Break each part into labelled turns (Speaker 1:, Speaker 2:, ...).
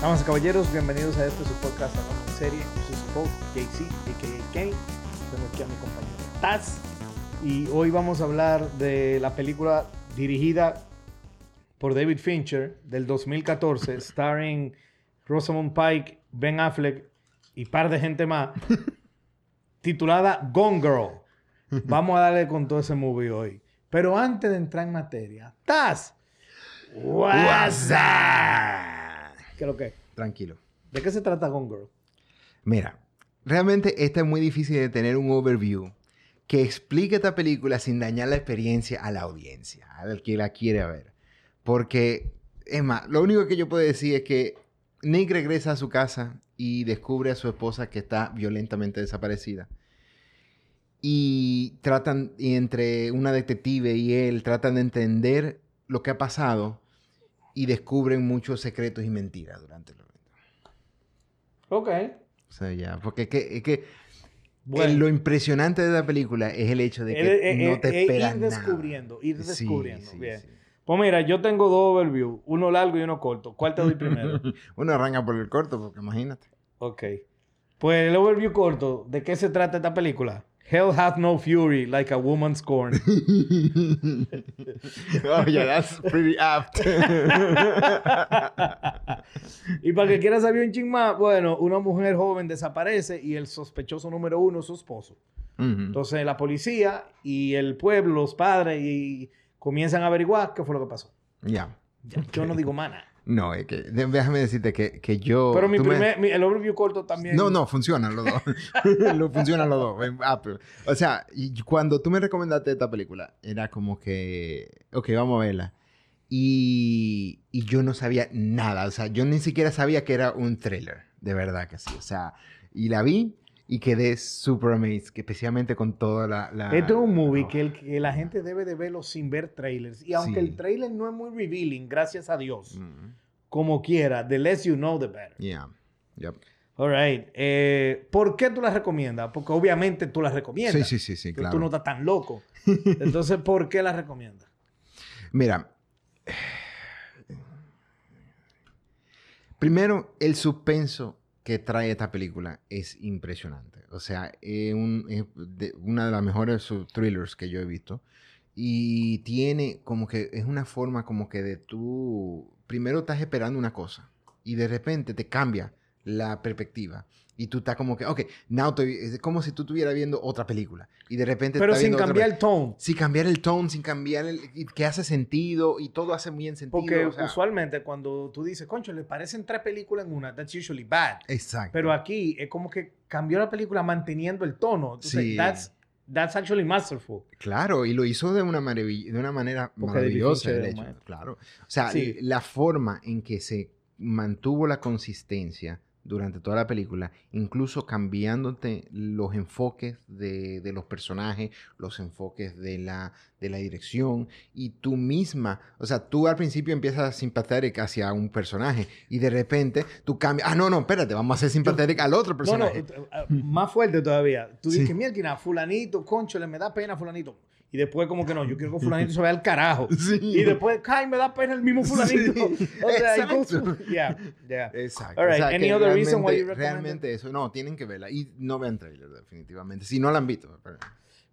Speaker 1: Damas y caballeros, bienvenidos a este su podcast Hablamos en Serie. Yo soy su host, JC, a.k.a. Kenny. Tengo aquí a mi compañero Taz. Y hoy vamos a hablar de la película dirigida por David Fincher del 2014, starring Rosamund Pike, Ben Affleck y par de gente más, titulada Gone Girl. Vamos a darle con todo ese movie hoy. Pero antes de entrar en materia, Taz, what's
Speaker 2: WhatsApp.
Speaker 1: ¿Qué es lo que es?
Speaker 2: Tranquilo.
Speaker 1: ¿De qué se trata Gone Girl?
Speaker 2: Mira, realmente esta es muy difícil de tener un overview que explique esta película sin dañar la experiencia a la audiencia, al que la quiere ver. Porque, es más, lo único que yo puedo decir es que Nick regresa a su casa y descubre a su esposa que está violentamente desaparecida. Y tratan, y entre una detective y él, tratan de entender lo que ha pasado y descubren muchos secretos y mentiras durante el evento.
Speaker 1: Ok.
Speaker 2: O sea, ya, porque es que, es que
Speaker 1: Bueno.
Speaker 2: eh, lo impresionante de la película es el hecho de que
Speaker 1: Eh, eh,
Speaker 2: no
Speaker 1: eh, eh,
Speaker 2: te esperan
Speaker 1: ir
Speaker 2: nada.
Speaker 1: descubriendo, ir
Speaker 2: Sí,
Speaker 1: descubriendo.
Speaker 2: sí,
Speaker 1: Bien.
Speaker 2: sí.
Speaker 1: Pues mira, yo tengo dos overviews, uno largo y uno corto. ¿Cuál te doy primero?
Speaker 2: Uno arranca por el corto, porque imagínate.
Speaker 1: ok. Pues el overview corto, ¿de qué se trata esta película? Hell hath no fury like a woman scorned.
Speaker 2: Oh, yeah, that's pretty apt.
Speaker 1: y para que quiera saber un ching más, bueno, una mujer joven desaparece y el sospechoso número uno es su esposo.
Speaker 2: Mm. Ujú.
Speaker 1: Entonces la policía y el pueblo, los padres, y comienzan a averiguar qué fue lo que pasó.
Speaker 2: Ya.
Speaker 1: Ya, Yo no digo mana.
Speaker 2: No, es que de- déjame decirte que, que yo.
Speaker 1: Pero mi
Speaker 2: Oh, tú me-
Speaker 1: primer, mi- el overview corto también.
Speaker 2: No, no, funcionan los dos. Lo funcionan los dos en Apple. O sea, y cuando tú me recomendaste esta película, era como que, ok, vamos a verla. Y, y yo no sabía nada. O sea, yo ni siquiera sabía que era un thriller. De verdad que sí. O sea, y la vi y quedé super amazed, que especialmente con toda la. la-
Speaker 1: Este es un movie
Speaker 2: la-
Speaker 1: que, el- que la gente debe de verlo sin ver trailers. Y aunque
Speaker 2: Sí.
Speaker 1: el trailer no es muy revealing, gracias a Dios,
Speaker 2: Mm,
Speaker 1: como quiera, the less you know, the better.
Speaker 2: yeah. Yep.
Speaker 1: All right. Eh, ¿Por qué tú la recomiendas? Porque obviamente tú la recomiendas.
Speaker 2: Sí, sí, sí, sí,
Speaker 1: Tú-
Speaker 2: claro.
Speaker 1: Tú no estás tan loco. Entonces, ¿por qué la recomiendas?
Speaker 2: Mira. Primero, el suspenso que trae esta película es impresionante. O sea, es, un- es de- una de las mejores su- thrillers que yo he visto. Y tiene como que, es una forma como que de tú, primero estás esperando una cosa y de repente te cambia la perspectiva. Y tú estás como que, ok, now estoy- es como si tú estuvieras viendo otra película. Y de repente
Speaker 1: Pero
Speaker 2: estás
Speaker 1: sin
Speaker 2: viendo otra
Speaker 1: cambiar el tone.
Speaker 2: sin cambiar el tone, sin cambiar el, y que hace sentido y todo hace muy bien sentido.
Speaker 1: Porque
Speaker 2: o sea,
Speaker 1: usualmente cuando tú dices, concho, le parecen tres películas en una, that's usually bad.
Speaker 2: Exacto.
Speaker 1: Pero aquí es como que cambió la película manteniendo el tono. Entonces,
Speaker 2: Sí.
Speaker 1: that's, that's actually masterful.
Speaker 2: Claro, y lo hizo de una, maravi- de una manera
Speaker 1: Porque
Speaker 2: maravillosa,
Speaker 1: David Fincher
Speaker 2: el
Speaker 1: es un
Speaker 2: hecho,
Speaker 1: maestro.
Speaker 2: claro. O sea,
Speaker 1: Sí.
Speaker 2: la forma en que se mantuvo la consistencia durante toda la película, incluso cambiándote los enfoques de, de los personajes, los enfoques de la, de la dirección, y tú misma, o sea, tú al principio empiezas sympathetic hacia un personaje, y de repente tú cambias, ah, no, no, espérate, vamos a ser sympathetic al otro
Speaker 1: No, no,
Speaker 2: personaje.
Speaker 1: eh, eh, más fuerte todavía. Tú dices,
Speaker 2: Sí.
Speaker 1: mira, fulanito, concho, le me da pena fulanito. Y después como que no, yo quiero que fulanito se vea al carajo.
Speaker 2: Sí.
Speaker 1: eh, Y después, ay, me da pena el mismo fulanito.
Speaker 2: Sí,
Speaker 1: O sea, it goes-
Speaker 2: exacto.
Speaker 1: yeah, yeah.
Speaker 2: Exacto.
Speaker 1: All right,
Speaker 2: que
Speaker 1: any other reason why you
Speaker 2: realmente-
Speaker 1: recommend
Speaker 2: Realmente eso. No, tienen que verla. Y no vean trailer, definitivamente. Si no la han visto. pero-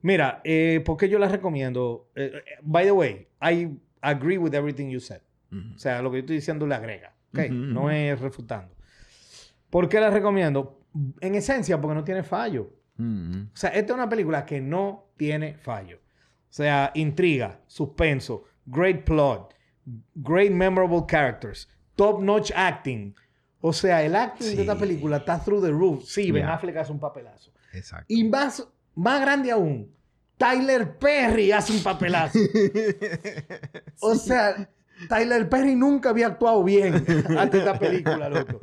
Speaker 1: Mira, eh, ¿por qué yo la recomiendo? Eh, eh, by the way, I agree with everything you said.
Speaker 2: Ujú.
Speaker 1: O sea, lo que yo estoy diciendo le agrega. ¿ok?
Speaker 2: Ujú,
Speaker 1: No
Speaker 2: ujú.
Speaker 1: es refutando. ¿Por qué la recomiendo? En esencia, porque no tiene fallo.
Speaker 2: Ujú.
Speaker 1: O sea, esta es una película que no tiene fallo. O sea, intriga, suspenso, great plot, great memorable characters, top notch acting. O sea, el acting de esta
Speaker 2: Sí.
Speaker 1: película está through the roof. Sí, Ben
Speaker 2: Yeah.
Speaker 1: Affleck hace un papelazo.
Speaker 2: Exacto.
Speaker 1: Y más, más grande aún, Tyler Perry hace un papelazo. O sea, Tyler Perry nunca había actuado bien hasta esta película, loco.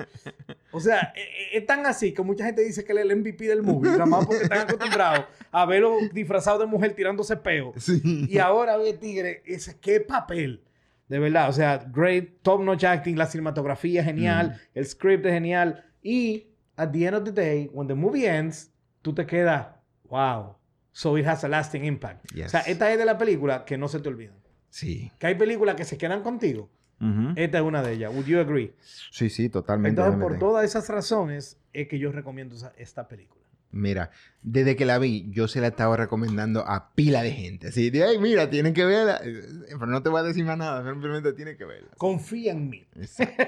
Speaker 1: O sea, e- e- es, tan así que mucha gente dice que él es el MVP del movie, nada más porque están acostumbrados a verlo disfrazado de mujer tirándose peo.
Speaker 2: Sí.
Speaker 1: Y ahora ve Tigre, ese qué papel. De verdad, o sea, great, top notch acting, la cinematografía es genial, el script es genial. Y at the end of the day, when the movie ends, tú te quedas, wow. So it has a lasting impact. O sea,
Speaker 2: Yes.
Speaker 1: esta es de la película que no se te olvida.
Speaker 2: Sí.
Speaker 1: Que hay películas que se quedan contigo
Speaker 2: Ujú.
Speaker 1: Esta es una de ellas. Would you agree?
Speaker 2: Sí, sí, totalmente.
Speaker 1: Eh, Entonces,
Speaker 2: déjame
Speaker 1: por
Speaker 2: te-
Speaker 1: todas esas razones es que yo recomiendo esa- esta película.
Speaker 2: Mira, desde que la vi, yo se la estaba recomendando a pila de gente. Así de, ay, mira, tienen que verla. Eh, Pero no te voy a decir más nada, simplemente tienen que verla.
Speaker 1: Confía en mí.
Speaker 2: Exacto.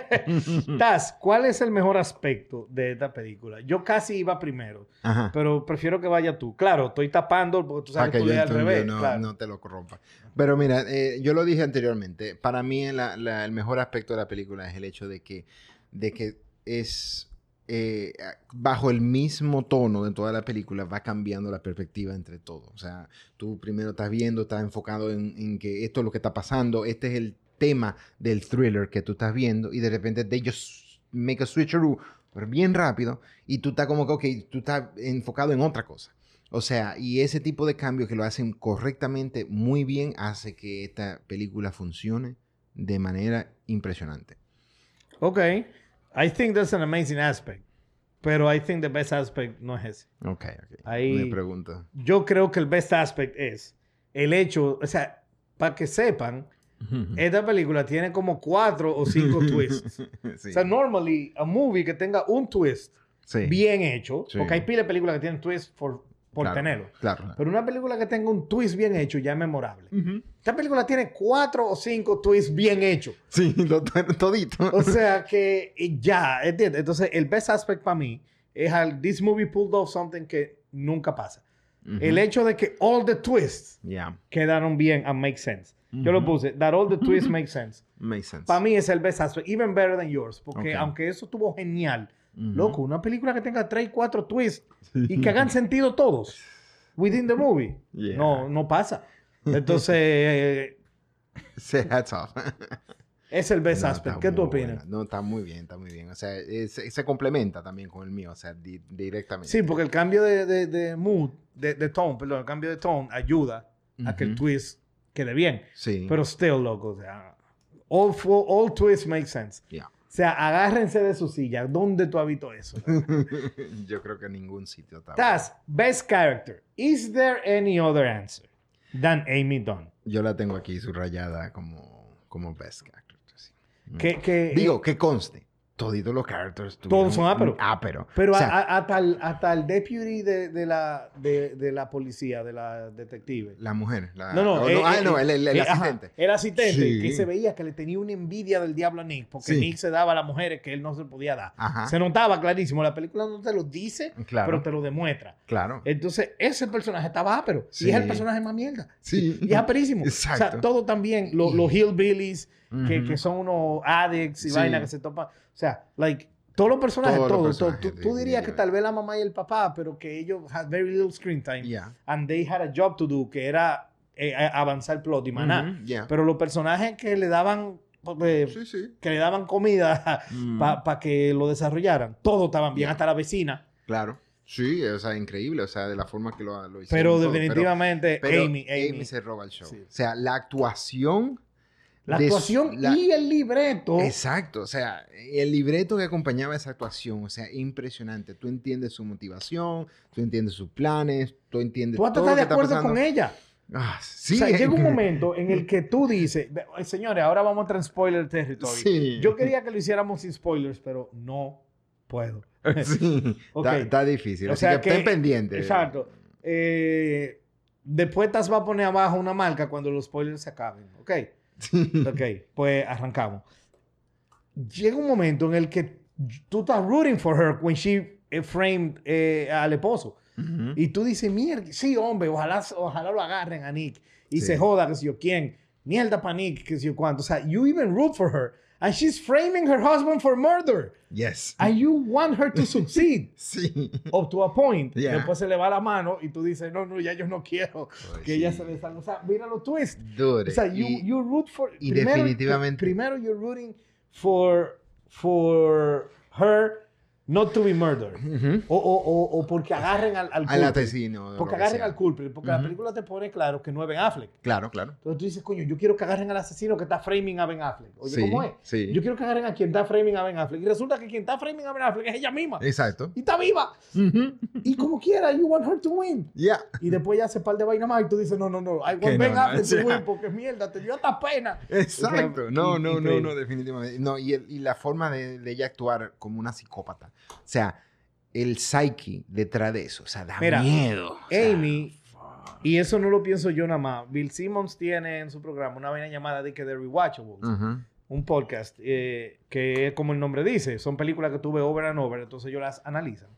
Speaker 2: Mm.
Speaker 1: Taz, ¿cuál es el mejor aspecto de esta película? Yo casi iba primero,
Speaker 2: Ajá.
Speaker 1: pero prefiero que vaya tú. Claro, estoy tapando porque tú
Speaker 2: Para
Speaker 1: sabes que
Speaker 2: Ah, que
Speaker 1: tú
Speaker 2: yo
Speaker 1: lees al
Speaker 2: el tuyo
Speaker 1: revés.
Speaker 2: no,
Speaker 1: claro.
Speaker 2: no te lo corrompa. Pero mira, eh, yo lo dije anteriormente. Para mí la- la- el mejor aspecto de la película es el hecho de que, de que es eh, bajo el mismo tono de toda la película va cambiando la perspectiva entre todo. O sea, tú primero estás viendo, estás enfocado en, en que esto es lo que está pasando, este es el tema del thriller que tú estás viendo y de repente they just make a switcheroo, pero bien rápido y tú estás como que, ok, tú estás enfocado en otra cosa. O sea, y ese tipo de cambios que lo hacen correctamente, muy bien, hace que esta película funcione de manera impresionante.
Speaker 1: Ok. I think that's an amazing aspect. Pero I think the best aspect no es ese.
Speaker 2: Ok, ok.
Speaker 1: Ahí-
Speaker 2: Me pregunto.
Speaker 1: Yo creo que el best aspect es el hecho, o sea, para que sepan, esta película tiene como cuatro o cinco twists.
Speaker 2: Sí.
Speaker 1: O sea, normally, a movie que tenga un twist
Speaker 2: Sí.
Speaker 1: bien hecho,
Speaker 2: Sí.
Speaker 1: porque hay pila de películas que tienen twist por, por
Speaker 2: Claro,
Speaker 1: tenerlo.
Speaker 2: Claro.
Speaker 1: Pero una película que tenga un twist bien hecho ya es memorable.
Speaker 2: Ujú.
Speaker 1: Esta película tiene cuatro o cinco twists bien hechos.
Speaker 2: Sí, lo- todito.
Speaker 1: O sea que y ya, ¿entiendes? Entonces, el best aspect para mí es al this movie pulled off something que nunca pasa.
Speaker 2: Ujú.
Speaker 1: El hecho de que all the twists
Speaker 2: Yeah,
Speaker 1: quedaron bien and make sense. Yo lo
Speaker 2: Ujú.
Speaker 1: puse, that all the twists make sense.
Speaker 2: makes sense.
Speaker 1: Para mí es el best aspect, even better than yours, porque
Speaker 2: Ok.
Speaker 1: aunque eso estuvo genial,
Speaker 2: Ujú.
Speaker 1: loco, una película que tenga 3, 4 twists y que hagan sentido todos within the movie,
Speaker 2: Yeah.
Speaker 1: no, no pasa. Entonces, eh,
Speaker 2: Sí, hats off.
Speaker 1: es el best
Speaker 2: No,
Speaker 1: aspect.
Speaker 2: está
Speaker 1: ¿Qué tú
Speaker 2: muy
Speaker 1: opinas?
Speaker 2: buena. No, está muy bien, está muy bien. O sea, es- se complementa también con el mío, o sea, di- directamente.
Speaker 1: Sí, porque el cambio de, de- de mood, de, de tone, perdón, el cambio de tone ayuda a que el
Speaker 2: Ujú.
Speaker 1: twist quede bien.
Speaker 2: Sí.
Speaker 1: Pero still, loco, o sea, all, fo- all twists make sense.
Speaker 2: Yeah.
Speaker 1: O sea, agárrense de su silla. ¿Dónde tú has visto eso?
Speaker 2: Yo creo que en ningún sitio está.
Speaker 1: Taz, best character. Is there any other answer than Amy Dunn?
Speaker 2: Yo la tengo aquí subrayada como, como best character. sí. Mm.
Speaker 1: Que, que,
Speaker 2: Digo, que conste. Toditos los characters.
Speaker 1: Todos
Speaker 2: tuvieron
Speaker 1: son
Speaker 2: un
Speaker 1: ápero.
Speaker 2: Ápero.
Speaker 1: Pero
Speaker 2: o
Speaker 1: a-
Speaker 2: sea,
Speaker 1: a- hasta, el, hasta el deputy de, de la, de, de la policía, de la detective.
Speaker 2: la mujer. la-
Speaker 1: No, no,
Speaker 2: o
Speaker 1: eh,
Speaker 2: ah,
Speaker 1: eh,
Speaker 2: no, el, el- el
Speaker 1: eh, ajá,
Speaker 2: asistente.
Speaker 1: el asistente
Speaker 2: Sí.
Speaker 1: que se veía que le tenía una envidia del diablo a Nick porque
Speaker 2: Sí.
Speaker 1: Nick se daba a las mujeres que él no se podía dar.
Speaker 2: Ajá.
Speaker 1: Se notaba clarísimo. La película no te lo dice,
Speaker 2: Claro.
Speaker 1: pero te lo demuestra.
Speaker 2: Claro.
Speaker 1: Entonces, ese personaje estaba ápero. Y
Speaker 2: Sí.
Speaker 1: es el personaje más mierda.
Speaker 2: Sí.
Speaker 1: Y es aperísimo. O sea,
Speaker 2: Exacto.
Speaker 1: todo también. lo- los hillbillies, que,
Speaker 2: Ujú.
Speaker 1: que son unos addicts y
Speaker 2: Sí.
Speaker 1: vainas que se topan. O sea, like, todos los personajes,
Speaker 2: Todos
Speaker 1: todos.
Speaker 2: los
Speaker 1: todo.
Speaker 2: personajes,
Speaker 1: tú, tú dirías que
Speaker 2: definitivamente.
Speaker 1: tal vez la mamá y el papá, pero que ellos had very little screen time
Speaker 2: Yeah.
Speaker 1: and they had a job to do, que era eh, a- avanzar plot y maná.
Speaker 2: Ujú, yeah.
Speaker 1: Pero los personajes que le daban eh,
Speaker 2: Sí, sí.
Speaker 1: que le daban comida
Speaker 2: Mm.
Speaker 1: para que lo desarrollaran, todos estaban bien,
Speaker 2: Ya.
Speaker 1: hasta la vecina.
Speaker 2: Claro. Sí, o sea, increíble. O sea, de la forma que lo, lo hicieron.
Speaker 1: Pero
Speaker 2: todo,
Speaker 1: definitivamente
Speaker 2: pero
Speaker 1: Amy, Amy,
Speaker 2: se roba el show.
Speaker 1: Sí.
Speaker 2: O sea, la actuación.
Speaker 1: la
Speaker 2: de su-
Speaker 1: actuación
Speaker 2: la-
Speaker 1: y el libreto.
Speaker 2: Exacto, o sea, el libreto que acompañaba esa actuación, o sea, impresionante. Tú entiendes su motivación, tú entiendes sus planes, tú entiendes
Speaker 1: Tú hasta
Speaker 2: todo lo
Speaker 1: estás de
Speaker 2: que está
Speaker 1: acuerdo
Speaker 2: pasando.
Speaker 1: con ella.
Speaker 2: Ah, sí.
Speaker 1: o sea, llega un momento en el que tú dices, "Ve- ay, señores, ahora vamos a entrar en spoiler territory.
Speaker 2: Sí.
Speaker 1: Yo quería que lo hiciéramos sin spoilers, pero no puedo.
Speaker 2: Sí,
Speaker 1: Ok.
Speaker 2: está, está difícil,
Speaker 1: O
Speaker 2: así
Speaker 1: sea
Speaker 2: que,
Speaker 1: que-
Speaker 2: estén pendientes.
Speaker 1: Exacto. Eh, después Taz va a poner abajo una marca cuando los spoilers se acaben. Ok. Ok, pues arrancamos. Llega un momento en el que tú estás rooting for her when she eh, framed eh, al esposo.
Speaker 2: Ujú.
Speaker 1: Y tú dices, mierda, sí, hombre, ojalá, ojalá lo agarren a Nick. Y
Speaker 2: Sí.
Speaker 1: se joda, que sé yo quién. Mierda para Nick, que sé yo cuánto. O sea, you even root for her. And she's framing her husband for murder.
Speaker 2: Yes.
Speaker 1: And you want her to succeed
Speaker 2: Sí.
Speaker 1: up to a point.
Speaker 2: Yeah.
Speaker 1: Después se le va la mano y tú dices, no, no, ya yo no quiero
Speaker 2: Ay,
Speaker 1: que ella
Speaker 2: Pues sí.
Speaker 1: se le salga. O sea, mira los twists.
Speaker 2: Dude,
Speaker 1: O sea, you,
Speaker 2: y-
Speaker 1: you root for...
Speaker 2: y definitivamente-
Speaker 1: Primero you're rooting for, for her Not to be murdered. o, o- o- o porque agarren al, al
Speaker 2: Al
Speaker 1: culprit.
Speaker 2: asesino. o
Speaker 1: porque
Speaker 2: lo que
Speaker 1: agarren
Speaker 2: sea.
Speaker 1: al culprit. Porque la
Speaker 2: Ujú.
Speaker 1: película te pone claro que no es Ben Affleck.
Speaker 2: Claro, claro.
Speaker 1: Entonces tú dices, coño, yo quiero que agarren al asesino que está framing a Ben Affleck. Oye,
Speaker 2: Sí,
Speaker 1: ¿cómo es?
Speaker 2: sí.
Speaker 1: Yo quiero que agarren a quien está framing a Ben Affleck. Y resulta que quien está framing a Ben Affleck es ella misma.
Speaker 2: Exacto.
Speaker 1: Y está viva.
Speaker 2: Ujú.
Speaker 1: Y como quiera, you want her to win.
Speaker 2: Ya.
Speaker 1: Y después ya hace par de vainas más y tú dices, no, no, no, I want
Speaker 2: Que no,
Speaker 1: Ben
Speaker 2: no,
Speaker 1: Affleck
Speaker 2: o sea.
Speaker 1: to win porque mierda, te dio hasta pena.
Speaker 2: Exacto. No, no, no,
Speaker 1: Increíble.
Speaker 2: no, definitivamente. No, y, el- y la forma de, de ella actuar como una psicópata. O sea, el psyche detrás de eso. O sea, da
Speaker 1: Mira,
Speaker 2: miedo. O sea,
Speaker 1: Amy, y eso no lo pienso yo nada más, Bill Simmons tiene en su programa una vaina llamada de que The Rewatchables,
Speaker 2: ujú.
Speaker 1: un podcast eh, que es como el nombre dice, son películas que tuve over and over, entonces ellos las analizan.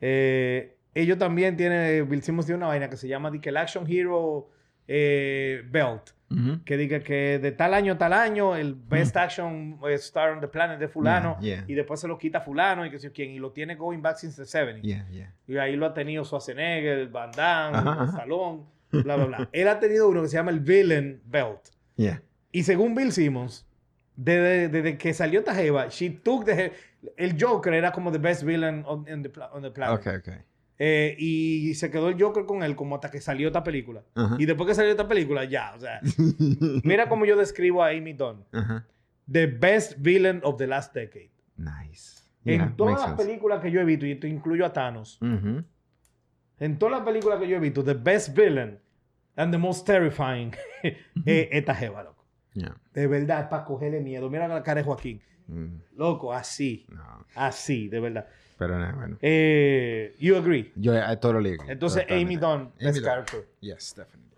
Speaker 1: Eh, ellos también tienen, Bill Simmons tiene una vaina que se llama de que el Action Hero eh, Belt,
Speaker 2: Ujú.
Speaker 1: que diga que de tal año a tal año el Best Action eh, Star on the Planet de fulano
Speaker 2: Mm. Yeah, yeah.
Speaker 1: y después se lo quita fulano y que sé yo quién y lo tiene going back since the 70
Speaker 2: Yeah, yeah.
Speaker 1: y ahí lo ha tenido Schwarzenegger, Van Damme,
Speaker 2: Ajá, ajá.
Speaker 1: Stallone, bla, bla, bla. Él ha tenido uno que se llama el Villain Belt.
Speaker 2: Yeah.
Speaker 1: Y según Bill Simmons, desde, desde que salió esta jeva, she took the... El Joker era como the best villain on, in the, pla- on the planet.
Speaker 2: Ok, ok.
Speaker 1: Eh, y se quedó el Joker con él como hasta que salió esta película.
Speaker 2: Ajá.
Speaker 1: Y después que salió esta película, ya, o sea... Mira cómo yo describo a Amy Dunn.
Speaker 2: Ajá.
Speaker 1: The best villain of the last decade.
Speaker 2: Nice.
Speaker 1: en todas las películas que yo he visto, y esto incluyo a Thanos,
Speaker 2: películas.
Speaker 1: En todas las películas que yo he visto, the best villain and the most terrifying es esta jeva, loco. De verdad, para cogerle miedo. Mira la cara de Joaquín. Loco, así.
Speaker 2: Mm, No,
Speaker 1: Así, Ah, de verdad.
Speaker 2: pero no, bueno.
Speaker 1: Eh, you agree.
Speaker 2: Yo I totally agree.
Speaker 1: Entonces, Amy
Speaker 2: Totalmente.
Speaker 1: Dunn,
Speaker 2: Amy
Speaker 1: best
Speaker 2: Dunn.
Speaker 1: character.
Speaker 2: Yes, definitely.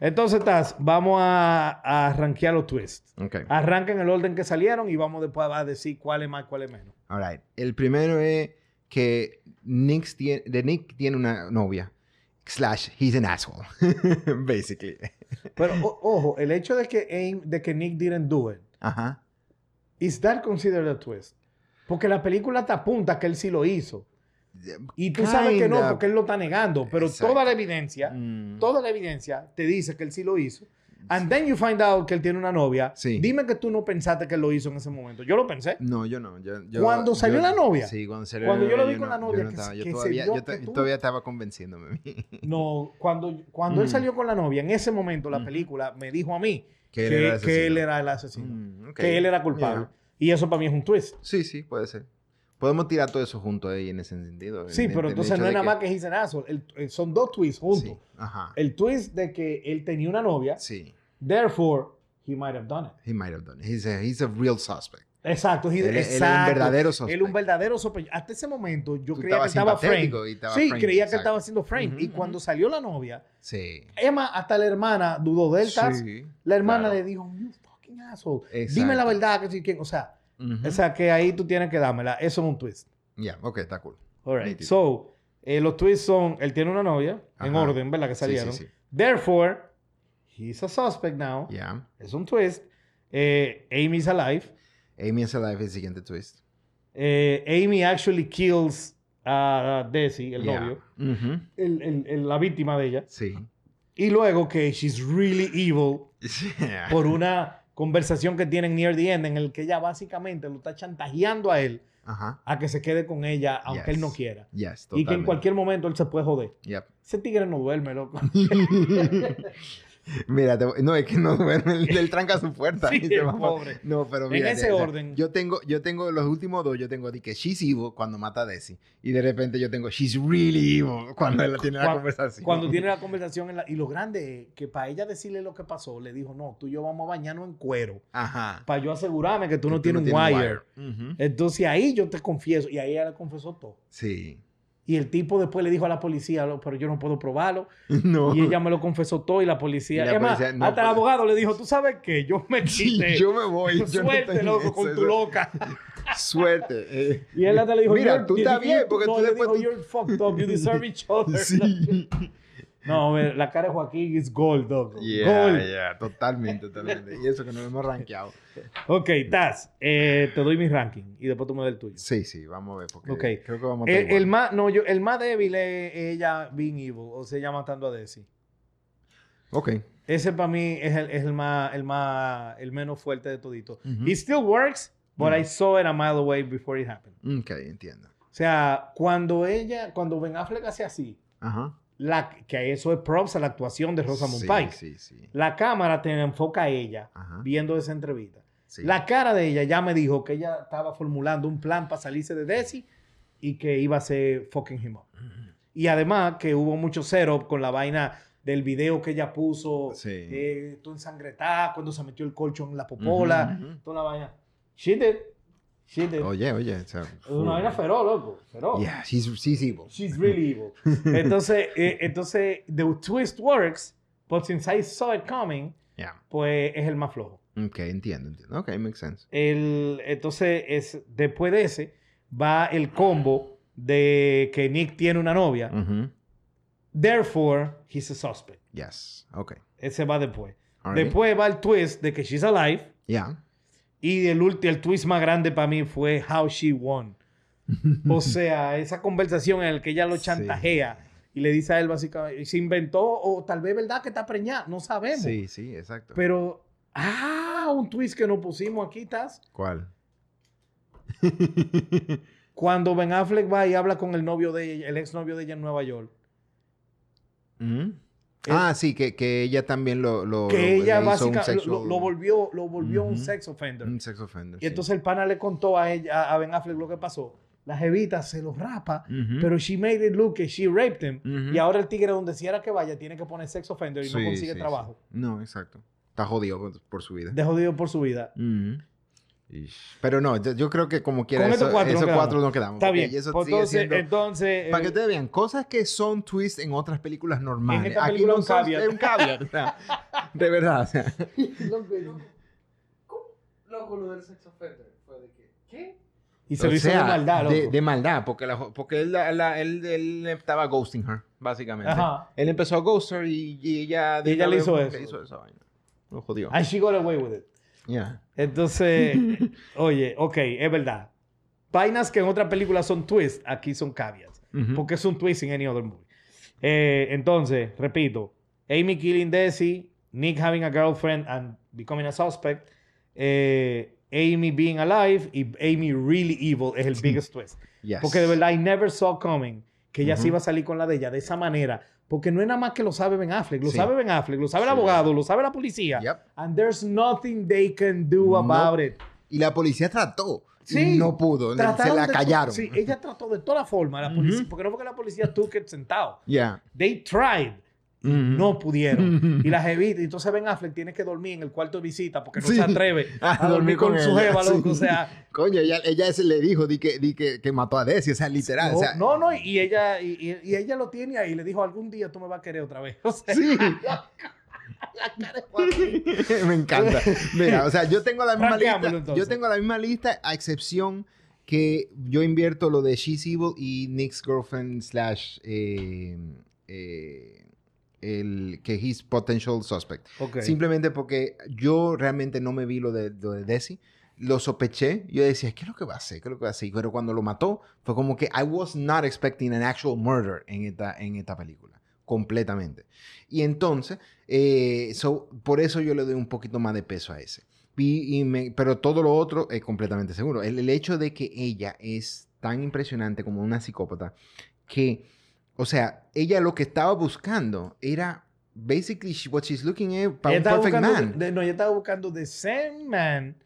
Speaker 1: Entonces, Taz, vamos a, a rankear los twists.
Speaker 2: Okay.
Speaker 1: Arranca en el orden que salieron y vamos después a decir cuál es más, cuál es menos.
Speaker 2: All right. El primero es que Nick tiene, de Nick tiene una novia. Slash, he's an asshole. Basically.
Speaker 1: Pero, o- ojo, el hecho de que, Aim- de que Nick didn't do it,
Speaker 2: Ajá.
Speaker 1: is that considered a twist? Porque la película te apunta que él sí lo hizo. Y tú sabes que no,
Speaker 2: Kinda.
Speaker 1: porque él lo está negando, pero
Speaker 2: Exacto.
Speaker 1: toda la evidencia,
Speaker 2: Mm.
Speaker 1: toda la evidencia te dice que él sí lo hizo. And then you find out que él tiene una novia.
Speaker 2: Sí.
Speaker 1: Dime que tú no pensaste que él lo hizo en ese momento. Yo lo pensé.
Speaker 2: No, yo no. Yo, yo-
Speaker 1: Cuando salió
Speaker 2: yo-
Speaker 1: la novia.
Speaker 2: Sí, cuando salió
Speaker 1: Cuando
Speaker 2: la
Speaker 1: yo lo
Speaker 2: novia,
Speaker 1: vi con la
Speaker 2: no-
Speaker 1: novia,
Speaker 2: Yo, no
Speaker 1: que
Speaker 2: estaba-
Speaker 1: se-
Speaker 2: yo
Speaker 1: que se
Speaker 2: todavía,
Speaker 1: vio
Speaker 2: yo ta-
Speaker 1: que tú-
Speaker 2: todavía estaba convenciéndome. a mí.
Speaker 1: No, cuando, cuando él
Speaker 2: Mm.
Speaker 1: salió con la novia, en ese momento la
Speaker 2: Mm.
Speaker 1: película me dijo a mí
Speaker 2: Que
Speaker 1: que,
Speaker 2: él era el
Speaker 1: que él
Speaker 2: asesino.
Speaker 1: era el asesino.
Speaker 2: Mm, ok.
Speaker 1: Que él era culpable. Y
Speaker 2: Yeah.
Speaker 1: eso para mí es un twist.
Speaker 2: Sí, sí, puede ser. Podemos tirar todo eso junto ahí en ese sentido.
Speaker 1: Sí,
Speaker 2: en el-
Speaker 1: pero
Speaker 2: el
Speaker 1: entonces
Speaker 2: hecho
Speaker 1: no es
Speaker 2: de
Speaker 1: nada más que he's an asshole. El- eh, son dos twists juntos.
Speaker 2: Sí, ajá.
Speaker 1: El twist de que él tenía una novia,
Speaker 2: Sí.
Speaker 1: therefore, he might have done it.
Speaker 2: He might have done it. He's a, he's a real suspect.
Speaker 1: Exacto, he-
Speaker 2: Él- él es un
Speaker 1: exacto.
Speaker 2: verdadero sospechoso.
Speaker 1: Él un verdadero sospechoso. Hasta ese momento yo
Speaker 2: Tú
Speaker 1: creía que
Speaker 2: estabas
Speaker 1: estaba frame.
Speaker 2: simpatético y estaba
Speaker 1: sí,
Speaker 2: frame,
Speaker 1: creía que
Speaker 2: exacto.
Speaker 1: estaba haciendo frame.
Speaker 2: Ujú,
Speaker 1: y
Speaker 2: ujú.
Speaker 1: cuando salió la novia,
Speaker 2: Sí.
Speaker 1: Emma, hasta la hermana dudó de él. Taz.
Speaker 2: Sí,
Speaker 1: la hermana
Speaker 2: claro.
Speaker 1: le dijo, you fucking asshole.
Speaker 2: Exacto.
Speaker 1: Dime la verdad. Que, sí, que-". o sea,
Speaker 2: Ujú.
Speaker 1: o sea, que ahí tú tienes que dármela. Eso es un twist.
Speaker 2: Ya, ok, está cool.
Speaker 1: All right.
Speaker 2: Nítido.
Speaker 1: So, eh, los twists son, él tiene una novia, en
Speaker 2: Ajá.
Speaker 1: orden, ¿verdad? Que
Speaker 2: Sí,
Speaker 1: salieron.
Speaker 2: sí, sí.
Speaker 1: Therefore, he's a suspect now.
Speaker 2: Ya.
Speaker 1: Es un twist. Eh, Amy's alive.
Speaker 2: Amy is alive el siguiente twist.
Speaker 1: Eh, Amy actually kills a Desi, el
Speaker 2: Ya.
Speaker 1: novio,
Speaker 2: Ujú.
Speaker 1: el- el- el- la víctima de ella.
Speaker 2: Sí.
Speaker 1: Y luego que she's really evil
Speaker 2: Yeah.
Speaker 1: por una conversación que tienen near the end en el que ella básicamente lo está chantajeando a él
Speaker 2: Ajá.
Speaker 1: a que se quede con ella aunque
Speaker 2: Yes.
Speaker 1: él no quiera.
Speaker 2: Yes,
Speaker 1: Y que en
Speaker 2: totalmente.
Speaker 1: cualquier momento él se puede joder.
Speaker 2: Yep.
Speaker 1: Ese tigre no duerme, loco.
Speaker 2: Mira, te voy- no, es que no duerme, él, él tranca su puerta.
Speaker 1: Sí,
Speaker 2: y se
Speaker 1: el
Speaker 2: va pa-
Speaker 1: pobre.
Speaker 2: No, pero
Speaker 1: En
Speaker 2: mira.
Speaker 1: ese orden.
Speaker 2: Yo tengo, yo tengo los últimos dos, yo tengo de que she's evil cuando mata a Desi. Y de repente yo tengo she's really evil cuando él tiene la
Speaker 1: Cuan-
Speaker 2: conversación.
Speaker 1: Cuando tiene la conversación en la- y lo grande es que para ella decirle lo que pasó, le dijo, no, tú y yo vamos a bañarnos en cuero
Speaker 2: Ajá.
Speaker 1: para yo asegurarme que tú
Speaker 2: Que
Speaker 1: no tienes un wire.
Speaker 2: Ujú.
Speaker 1: Entonces ahí yo te confieso, y ahí ella le confesó todo.
Speaker 2: Sí.
Speaker 1: Y el tipo después le dijo a la policía, "Lo- pero yo no puedo probarlo.
Speaker 2: No.
Speaker 1: Y ella me lo confesó todo y la policía...
Speaker 2: Y la
Speaker 1: es más,
Speaker 2: policía no
Speaker 1: hasta el
Speaker 2: puede-
Speaker 1: abogado le dijo, tú sabes qué, yo me
Speaker 2: Sí,
Speaker 1: quité.
Speaker 2: yo me voy. yo no
Speaker 1: Suerte,
Speaker 2: tengo
Speaker 1: loco, con
Speaker 2: eso,
Speaker 1: tu
Speaker 2: eso.
Speaker 1: loca.
Speaker 2: Suerte. eh.
Speaker 1: Y él hasta le dijo,
Speaker 2: Mira,
Speaker 1: "You're-
Speaker 2: tú
Speaker 1: you-
Speaker 2: estás
Speaker 1: you-
Speaker 2: bien
Speaker 1: tú-"
Speaker 2: porque
Speaker 1: no,
Speaker 2: tú
Speaker 1: le
Speaker 2: después.
Speaker 1: dijo, you're fucked up, you deserve each other.
Speaker 2: Sí.
Speaker 1: No, hombre, la cara de Joaquín es gold, loco.
Speaker 2: Yeah,
Speaker 1: gold.
Speaker 2: yeah, totalmente, totalmente. Y eso que no lo hemos rankeado.
Speaker 1: Ok, Taz, eh, te doy mi ranking y después tú me das el tuyo.
Speaker 2: Sí, sí, vamos a ver. Porque
Speaker 1: Ok.
Speaker 2: Creo que vamos a
Speaker 1: El,
Speaker 2: estar
Speaker 1: el
Speaker 2: igual.
Speaker 1: más, no, yo, el más débil es ella being evil, o sea, ella matando a Desi.
Speaker 2: Ok.
Speaker 1: Ese para mí es el, es el más, el más, el menos fuerte de todito.
Speaker 2: Ujú. Mm.
Speaker 1: It still works, but
Speaker 2: Ujú.
Speaker 1: I saw it a mile away before it happened.
Speaker 2: Ok, entiendo.
Speaker 1: O O sea, cuando ella, cuando Ben Affleck hace así,
Speaker 2: Ajá.
Speaker 1: la, que eso es props a la actuación de Rosamund
Speaker 2: Sí,
Speaker 1: Pike,
Speaker 2: Sí, sí.
Speaker 1: la cámara te enfoca a ella
Speaker 2: Ajá.
Speaker 1: viendo esa entrevista.
Speaker 2: sí.
Speaker 1: La cara de ella ya me dijo que ella estaba formulando un plan para salirse de Desi y que iba a ser fucking him up.
Speaker 2: Mm.
Speaker 1: Y además que hubo mucho cero con la vaina del video que ella puso,
Speaker 2: Sí.
Speaker 1: eh, tú ensangretada, cuando se metió el colchón en la popola,
Speaker 2: Ujú, ujú.
Speaker 1: toda la vaina. She did. She did.
Speaker 2: Oye, oye. o sea, mm,
Speaker 1: es una vaina feroz, loco. Feroz.
Speaker 2: Yeah, she's, she's evil.
Speaker 1: She's really evil. Entonces, eh, entonces, the twist works, but since I saw it coming,
Speaker 2: Yeah.
Speaker 1: pues es el más flojo.
Speaker 2: Ok, entiendo, entiendo. Ok, makes sense.
Speaker 1: El, entonces, es, después de ese, va el combo de que Nick tiene una novia.
Speaker 2: Ujú.
Speaker 1: Therefore, he's a suspect.
Speaker 2: Yes. Ok.
Speaker 1: Ese va después.
Speaker 2: Alright.
Speaker 1: Después va el twist de que she's alive.
Speaker 2: Yeah.
Speaker 1: Y el, ulti- el twist más grande para mí fue How She Won. O sea, esa conversación en la que ella lo
Speaker 2: Sí.
Speaker 1: chantajea y le dice a él básicamente, se inventó o tal vez verdad que está preñada, no sabemos.
Speaker 2: Sí, sí, exacto.
Speaker 1: Pero, ah, un twist que nos pusimos aquí, Taz.
Speaker 2: ¿Cuál?
Speaker 1: Cuando Ben Affleck va y habla con el novio de ella, el exnovio de ella en Nueva York,
Speaker 2: Ujú. Ah, sí, que, que ella también lo...
Speaker 1: Eh,
Speaker 2: lo lo-
Speaker 1: que ella
Speaker 2: le hizo un
Speaker 1: básicamente lo,
Speaker 2: sexual-
Speaker 1: lo volvió, lo volvió un
Speaker 2: Ujú. Mm,
Speaker 1: sex offender.
Speaker 2: Un sex offender.
Speaker 1: Y entonces el pana le contó a ella, a Ben Affleck lo que pasó. La jevita se lo rapa,
Speaker 2: Ujú.
Speaker 1: pero she made it look que she raped him.
Speaker 2: Ujú.
Speaker 1: Y ahora el tigre donde quiera que vaya tiene que poner sex offender y
Speaker 2: Mm. Sí,
Speaker 1: no consigue
Speaker 2: sí,
Speaker 1: trabajo.
Speaker 2: sí. No, exacto. Está jodido con- por su vida.
Speaker 1: De jodido por su vida.
Speaker 2: Ujú. Ish. Pero no, yo, yo creo que como quiera
Speaker 1: Con
Speaker 2: eso-
Speaker 1: estos
Speaker 2: esos
Speaker 1: cuatro nos
Speaker 2: cuatro,
Speaker 1: quedamos.
Speaker 2: nos quedamos.
Speaker 1: Está
Speaker 2: porque
Speaker 1: bien.
Speaker 2: eso
Speaker 1: Pues
Speaker 2: sigue
Speaker 1: entonces,
Speaker 2: siendo-
Speaker 1: entonces,
Speaker 2: Para que
Speaker 1: eh,
Speaker 2: ustedes vean, cosas que son twist en otras películas normales.
Speaker 1: esta
Speaker 2: Aquí
Speaker 1: película
Speaker 2: no
Speaker 1: un
Speaker 2: son,
Speaker 1: caviar.
Speaker 2: es un caviar. o sea, de verdad. o sea.
Speaker 3: Loco, lo del sex offender fue de que, ¿qué?
Speaker 1: y se
Speaker 2: O
Speaker 1: lo hizo
Speaker 2: sea,
Speaker 1: de maldad, loco.
Speaker 2: De, de maldad, porque, la jo- porque él, la- la- él, él estaba ghosting her, básicamente.
Speaker 1: Ajá.
Speaker 2: Él empezó a ghost her y, y ella...
Speaker 1: Y ella le hizo
Speaker 2: le
Speaker 1: eso.
Speaker 2: hizo esa vaina. Lo jodió.
Speaker 1: And she got away with it.
Speaker 2: Yeah.
Speaker 1: Entonces, oye, ok, es verdad. Vainas que en otras películas son twists, aquí son cavias.
Speaker 2: Ujú.
Speaker 1: Porque es un twist en any other movie. Eh, entonces, repito, Amy killing Desi, Nick having a girlfriend and becoming a suspect, eh, Amy being alive y Amy really evil es el biggest twist.
Speaker 2: Yes.
Speaker 1: Porque de verdad, I never saw coming que ella
Speaker 2: Ujú.
Speaker 1: se iba a salir con la de ella de esa manera. Porque no es nada más que lo sabe Ben Affleck, lo
Speaker 2: Sí.
Speaker 1: sabe Ben Affleck, lo sabe el
Speaker 2: Sí.
Speaker 1: abogado, lo sabe la policía.
Speaker 2: Yep.
Speaker 1: And there's nothing they can do
Speaker 2: No.
Speaker 1: about it.
Speaker 2: Y la policía trató.
Speaker 1: Sí.
Speaker 2: Y no pudo. Se
Speaker 1: Trataron
Speaker 2: la
Speaker 1: de-
Speaker 2: callaron.
Speaker 1: Sí, ella trató de todas formas, la
Speaker 2: Ujú.
Speaker 1: policía, porque no fue que la policía took it sentado.
Speaker 2: Yeah.
Speaker 1: They tried.
Speaker 2: Ujú.
Speaker 1: No pudieron. Y la jevita, y entonces Ben Affleck tiene que dormir en el cuarto de visita porque no
Speaker 2: Sí.
Speaker 1: se atreve
Speaker 2: Ah,
Speaker 1: a dormir con, su
Speaker 2: ella,
Speaker 1: jeva,
Speaker 2: sí.
Speaker 1: loco. O sea,
Speaker 2: Coño, ella, ella se le dijo di que, di que, que mató a Desi, o sea, literal.
Speaker 1: no,
Speaker 2: o sea,
Speaker 1: no, no, y ella, y, y- y ella lo tiene ahí. Le dijo, algún día tú me vas a querer otra vez. O sea,
Speaker 2: Sí. Me encanta. Mira, o sea, yo tengo la misma
Speaker 1: Ranqueámoslo,
Speaker 2: lista. Yo
Speaker 1: entonces.
Speaker 2: tengo la misma lista, a excepción que yo invierto lo de She's Evil y Nick's Girlfriend slash eh, eh, el que he's potential suspect.
Speaker 1: Ok.
Speaker 2: Simplemente porque yo realmente no me vi lo de, lo de Desi. Lo sospeché. Yo decía, ¿qué es lo que va a hacer? ¿Qué es lo que va a hacer? Pero cuando lo mató, fue como que I was not expecting an actual murder en esta, en esta película. Completamente. Y entonces, eh, so, por eso yo le doy un poquito más de peso a ese. Y, y me- pero todo lo otro es completamente seguro. El, el hecho de que ella es tan impresionante como una psicópata que, o sea, ella lo que estaba buscando era basically she- what she's looking at para
Speaker 1: Ella
Speaker 2: un
Speaker 1: estaba
Speaker 2: perfect
Speaker 1: buscando,
Speaker 2: man.
Speaker 1: de- no, ella estaba buscando the same man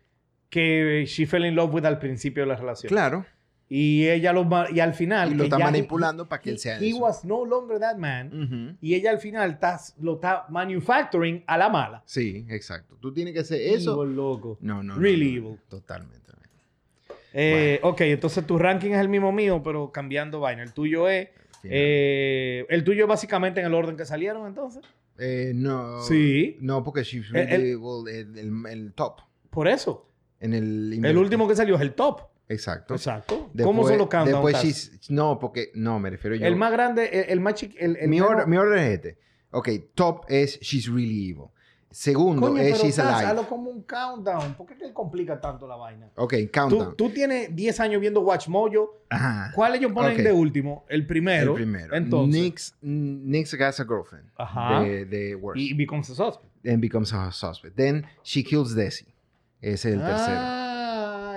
Speaker 1: que she fell in love with al principio de la relación.
Speaker 2: Claro.
Speaker 1: Y ella lo, ma- y al final.
Speaker 2: Y lo
Speaker 1: que
Speaker 2: está
Speaker 1: ya-
Speaker 2: manipulando para que
Speaker 1: he-
Speaker 2: él sea
Speaker 1: He
Speaker 2: eso.
Speaker 1: was no longer that man.
Speaker 2: Ujú.
Speaker 1: Y ella al final está, lo está manufacturing a la mala.
Speaker 2: Sí, exacto. Tú tienes que hacer eso.
Speaker 1: Evil, loco.
Speaker 2: No, no. no,
Speaker 1: Really
Speaker 2: no,
Speaker 1: evil.
Speaker 2: Totalmente.
Speaker 1: Eh, Ok, entonces tu ranking es el mismo mío, pero cambiando vaina. El tuyo es.
Speaker 2: Final.
Speaker 1: eh, el tuyo es básicamente en el orden que salieron, entonces.
Speaker 2: Eh, no.
Speaker 1: sí.
Speaker 2: No, porque she's
Speaker 1: El-
Speaker 2: really
Speaker 1: el-
Speaker 2: evil, el, el- el top.
Speaker 1: Por eso.
Speaker 2: En el,
Speaker 1: El último que salió es el top.
Speaker 2: Exacto.
Speaker 1: Exacto. ¿Cómo
Speaker 2: Después-
Speaker 1: son los countdown
Speaker 2: Después
Speaker 1: tasks?
Speaker 2: she's- No, porque. No, me refiero yo.
Speaker 1: El más grande, el, el más chiquito. El, el
Speaker 2: mi,
Speaker 1: menos-
Speaker 2: orden, mi orden es este. Ok, top es She's Really Evil. Segundo
Speaker 1: Coño,
Speaker 2: es
Speaker 1: pero
Speaker 2: She's
Speaker 1: Taz,
Speaker 2: Alive.
Speaker 1: hazlo como un countdown. ¿Por qué te complica tanto la vaina?
Speaker 2: Ok,
Speaker 1: Tú,
Speaker 2: Countdown.
Speaker 1: tú tienes 10 años viendo Watch Mojo.
Speaker 2: Ajá.
Speaker 1: ¿Cuál ellos ponen
Speaker 2: Ok.
Speaker 1: de último? El primero.
Speaker 2: el primero.
Speaker 1: Entonces.
Speaker 2: Nick's, Nick's Got a Girlfriend.
Speaker 1: Ajá.
Speaker 2: De, de Worst.
Speaker 1: y becomes a suspect.
Speaker 2: Then becomes a suspect. Then She Kills Desi. Ese es el tercero.
Speaker 1: Ah,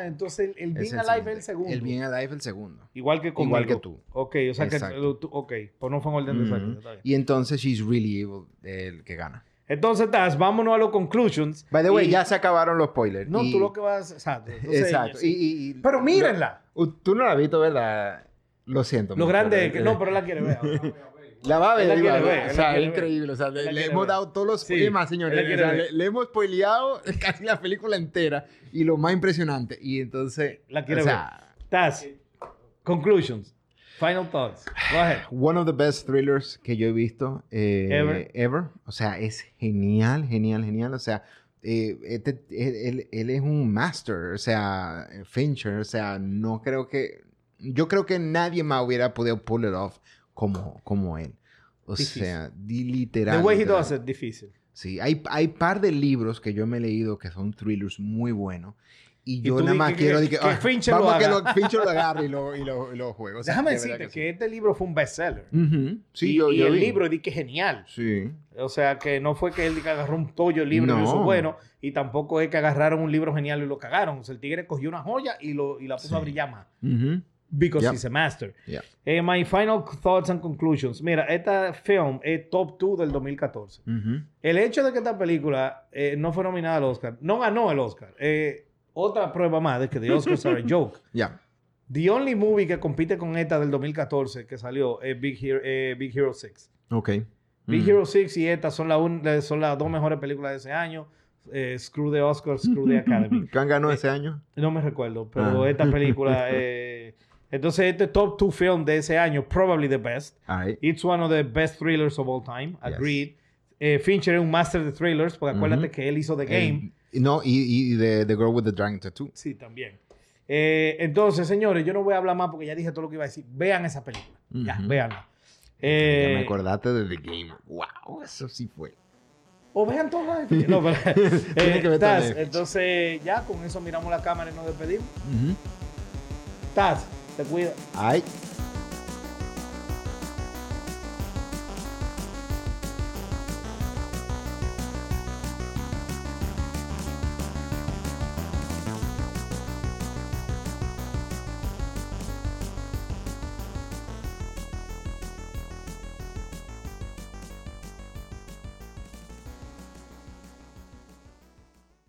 Speaker 1: Ah, entonces el, el
Speaker 2: Es
Speaker 1: Being Alive es el segundo.
Speaker 2: El Being Alive el segundo.
Speaker 1: Igual que conmigo.
Speaker 2: Igual que tú.
Speaker 1: Ok, o sea
Speaker 2: Exacto.
Speaker 1: que tú, ok, pues no fue en orden de
Speaker 2: Ujú.
Speaker 1: salida, está bien.
Speaker 2: Y entonces She's Really Evil, el que gana.
Speaker 1: Entonces, Taz, vámonos a los conclusions.
Speaker 2: By the way,
Speaker 1: Y-
Speaker 2: ya se acabaron los spoilers.
Speaker 1: No,
Speaker 2: y-
Speaker 1: tú lo que vas. Exacto. entonces-
Speaker 2: Exacto. Y, y- y-
Speaker 1: Pero mírenla.
Speaker 2: U- Tú no la has visto, ¿verdad? Lo siento.
Speaker 1: Lo
Speaker 2: mucho,
Speaker 1: grande
Speaker 2: pero-
Speaker 1: es que. No, pero la quiere ver. ahora.
Speaker 2: La va a
Speaker 1: Él
Speaker 2: ver,
Speaker 1: la
Speaker 2: iba a
Speaker 1: quiere
Speaker 2: ver.
Speaker 1: ver,
Speaker 2: O
Speaker 1: él la
Speaker 2: sea,
Speaker 1: quiere
Speaker 2: increíble. O sea,
Speaker 1: Él la
Speaker 2: le, le
Speaker 1: quiere
Speaker 2: hemos
Speaker 1: ver.
Speaker 2: dado todos los
Speaker 1: Sí,
Speaker 2: temas,
Speaker 1: él
Speaker 2: señores.
Speaker 1: la
Speaker 2: O
Speaker 1: quiere
Speaker 2: sea,
Speaker 1: ver.
Speaker 2: le, le hemos spoileado casi la película entera. Y lo más impresionante. Y entonces.
Speaker 1: La quiere
Speaker 2: o sea,
Speaker 1: Taz, conclusions. Final thoughts. Go ahead.
Speaker 2: One of the best thrillers que yo he visto eh,
Speaker 1: Ever.
Speaker 2: ever. O sea, es genial, genial, genial. O sea, eh, este- él, él- él es un master. O sea, Fincher. O sea, no creo que. Yo creo que nadie más hubiera podido pull it off como, como él. O
Speaker 1: Difícil.
Speaker 2: sea, di- literal.
Speaker 1: The way he
Speaker 2: literal.
Speaker 1: does it, difícil.
Speaker 2: Sí, hay, hay par de libros que yo me he leído que son thrillers muy buenos. Y yo
Speaker 1: tú
Speaker 2: nada
Speaker 1: di
Speaker 2: más
Speaker 1: que-
Speaker 2: quiero
Speaker 1: que-
Speaker 2: di que,
Speaker 1: que
Speaker 2: "Ah,
Speaker 1: Fincher
Speaker 2: vamos
Speaker 1: lo
Speaker 2: a que
Speaker 1: haga".
Speaker 2: lo- Fincher lo agarre y lo, y lo, y lo juegue. O sea,
Speaker 1: Déjame
Speaker 2: de verdad
Speaker 1: decirte que, este libro fue un bestseller.
Speaker 2: sí. Ujú. Sí,
Speaker 1: y,
Speaker 2: yo,
Speaker 1: y
Speaker 2: yo
Speaker 1: el
Speaker 2: vi.
Speaker 1: libro di que genial.
Speaker 2: Sí.
Speaker 1: O sea, que no fue que él agarró un tollo el libro y lo hizo
Speaker 2: No.
Speaker 1: bueno, y tampoco es que agarraron un libro genial y lo cagaron. O sea, el tigre cogió una joya y, lo, y la puso
Speaker 2: Sí.
Speaker 1: a brillar más.
Speaker 2: Ujú.
Speaker 1: Because
Speaker 2: Yep.
Speaker 1: he's a master.
Speaker 2: Yeah.
Speaker 1: Eh, my final thoughts and conclusions. Mira, esta film es top 2 del 2014.
Speaker 2: Ujú.
Speaker 1: El hecho de que esta película eh, no fue nominada al Oscar, no ganó el Oscar. Eh, otra prueba más de que the Oscars are a joke.
Speaker 2: Ya.
Speaker 1: The only movie que compite con esta del 2014 que salió es Big, Hero, eh, Big Hero 6.
Speaker 2: Ok.
Speaker 1: Big
Speaker 2: Mm.
Speaker 1: Hero 6 y esta son, la un- la- son las dos mejores películas de ese año. Eh, Screw the Oscars, Screw the Academy.
Speaker 2: ¿Quién ganó ese año?
Speaker 1: No me recuerdo, pero
Speaker 2: Ah.
Speaker 1: esta película... eh, entonces, este top two film de ese año, probably the best.
Speaker 2: Ay.
Speaker 1: It's one of the best thrillers of all time.
Speaker 2: Yes.
Speaker 1: Agreed. Eh, Fincher es un master de thrillers, porque acuérdate
Speaker 2: Ujú.
Speaker 1: que él hizo The Game.
Speaker 2: Eh, no, y, y de The Girl with the Dragon Tattoo.
Speaker 1: Sí, también. Eh, entonces, señores, yo no voy a hablar más porque ya dije todo lo que iba a decir. Vean esa película. Ya,
Speaker 2: Ujú.
Speaker 1: véanla.
Speaker 2: Ya
Speaker 1: Eh,
Speaker 2: me acordaste de The Game. Wow, eso sí fue.
Speaker 1: O vean todo. lo de- No, pero- eh,
Speaker 2: Tiene que ver
Speaker 1: Taz,
Speaker 2: también.
Speaker 1: entonces, ya con eso miramos la cámara y nos despedimos.
Speaker 2: Ujú.
Speaker 1: Taz, te cuida.
Speaker 2: Ay.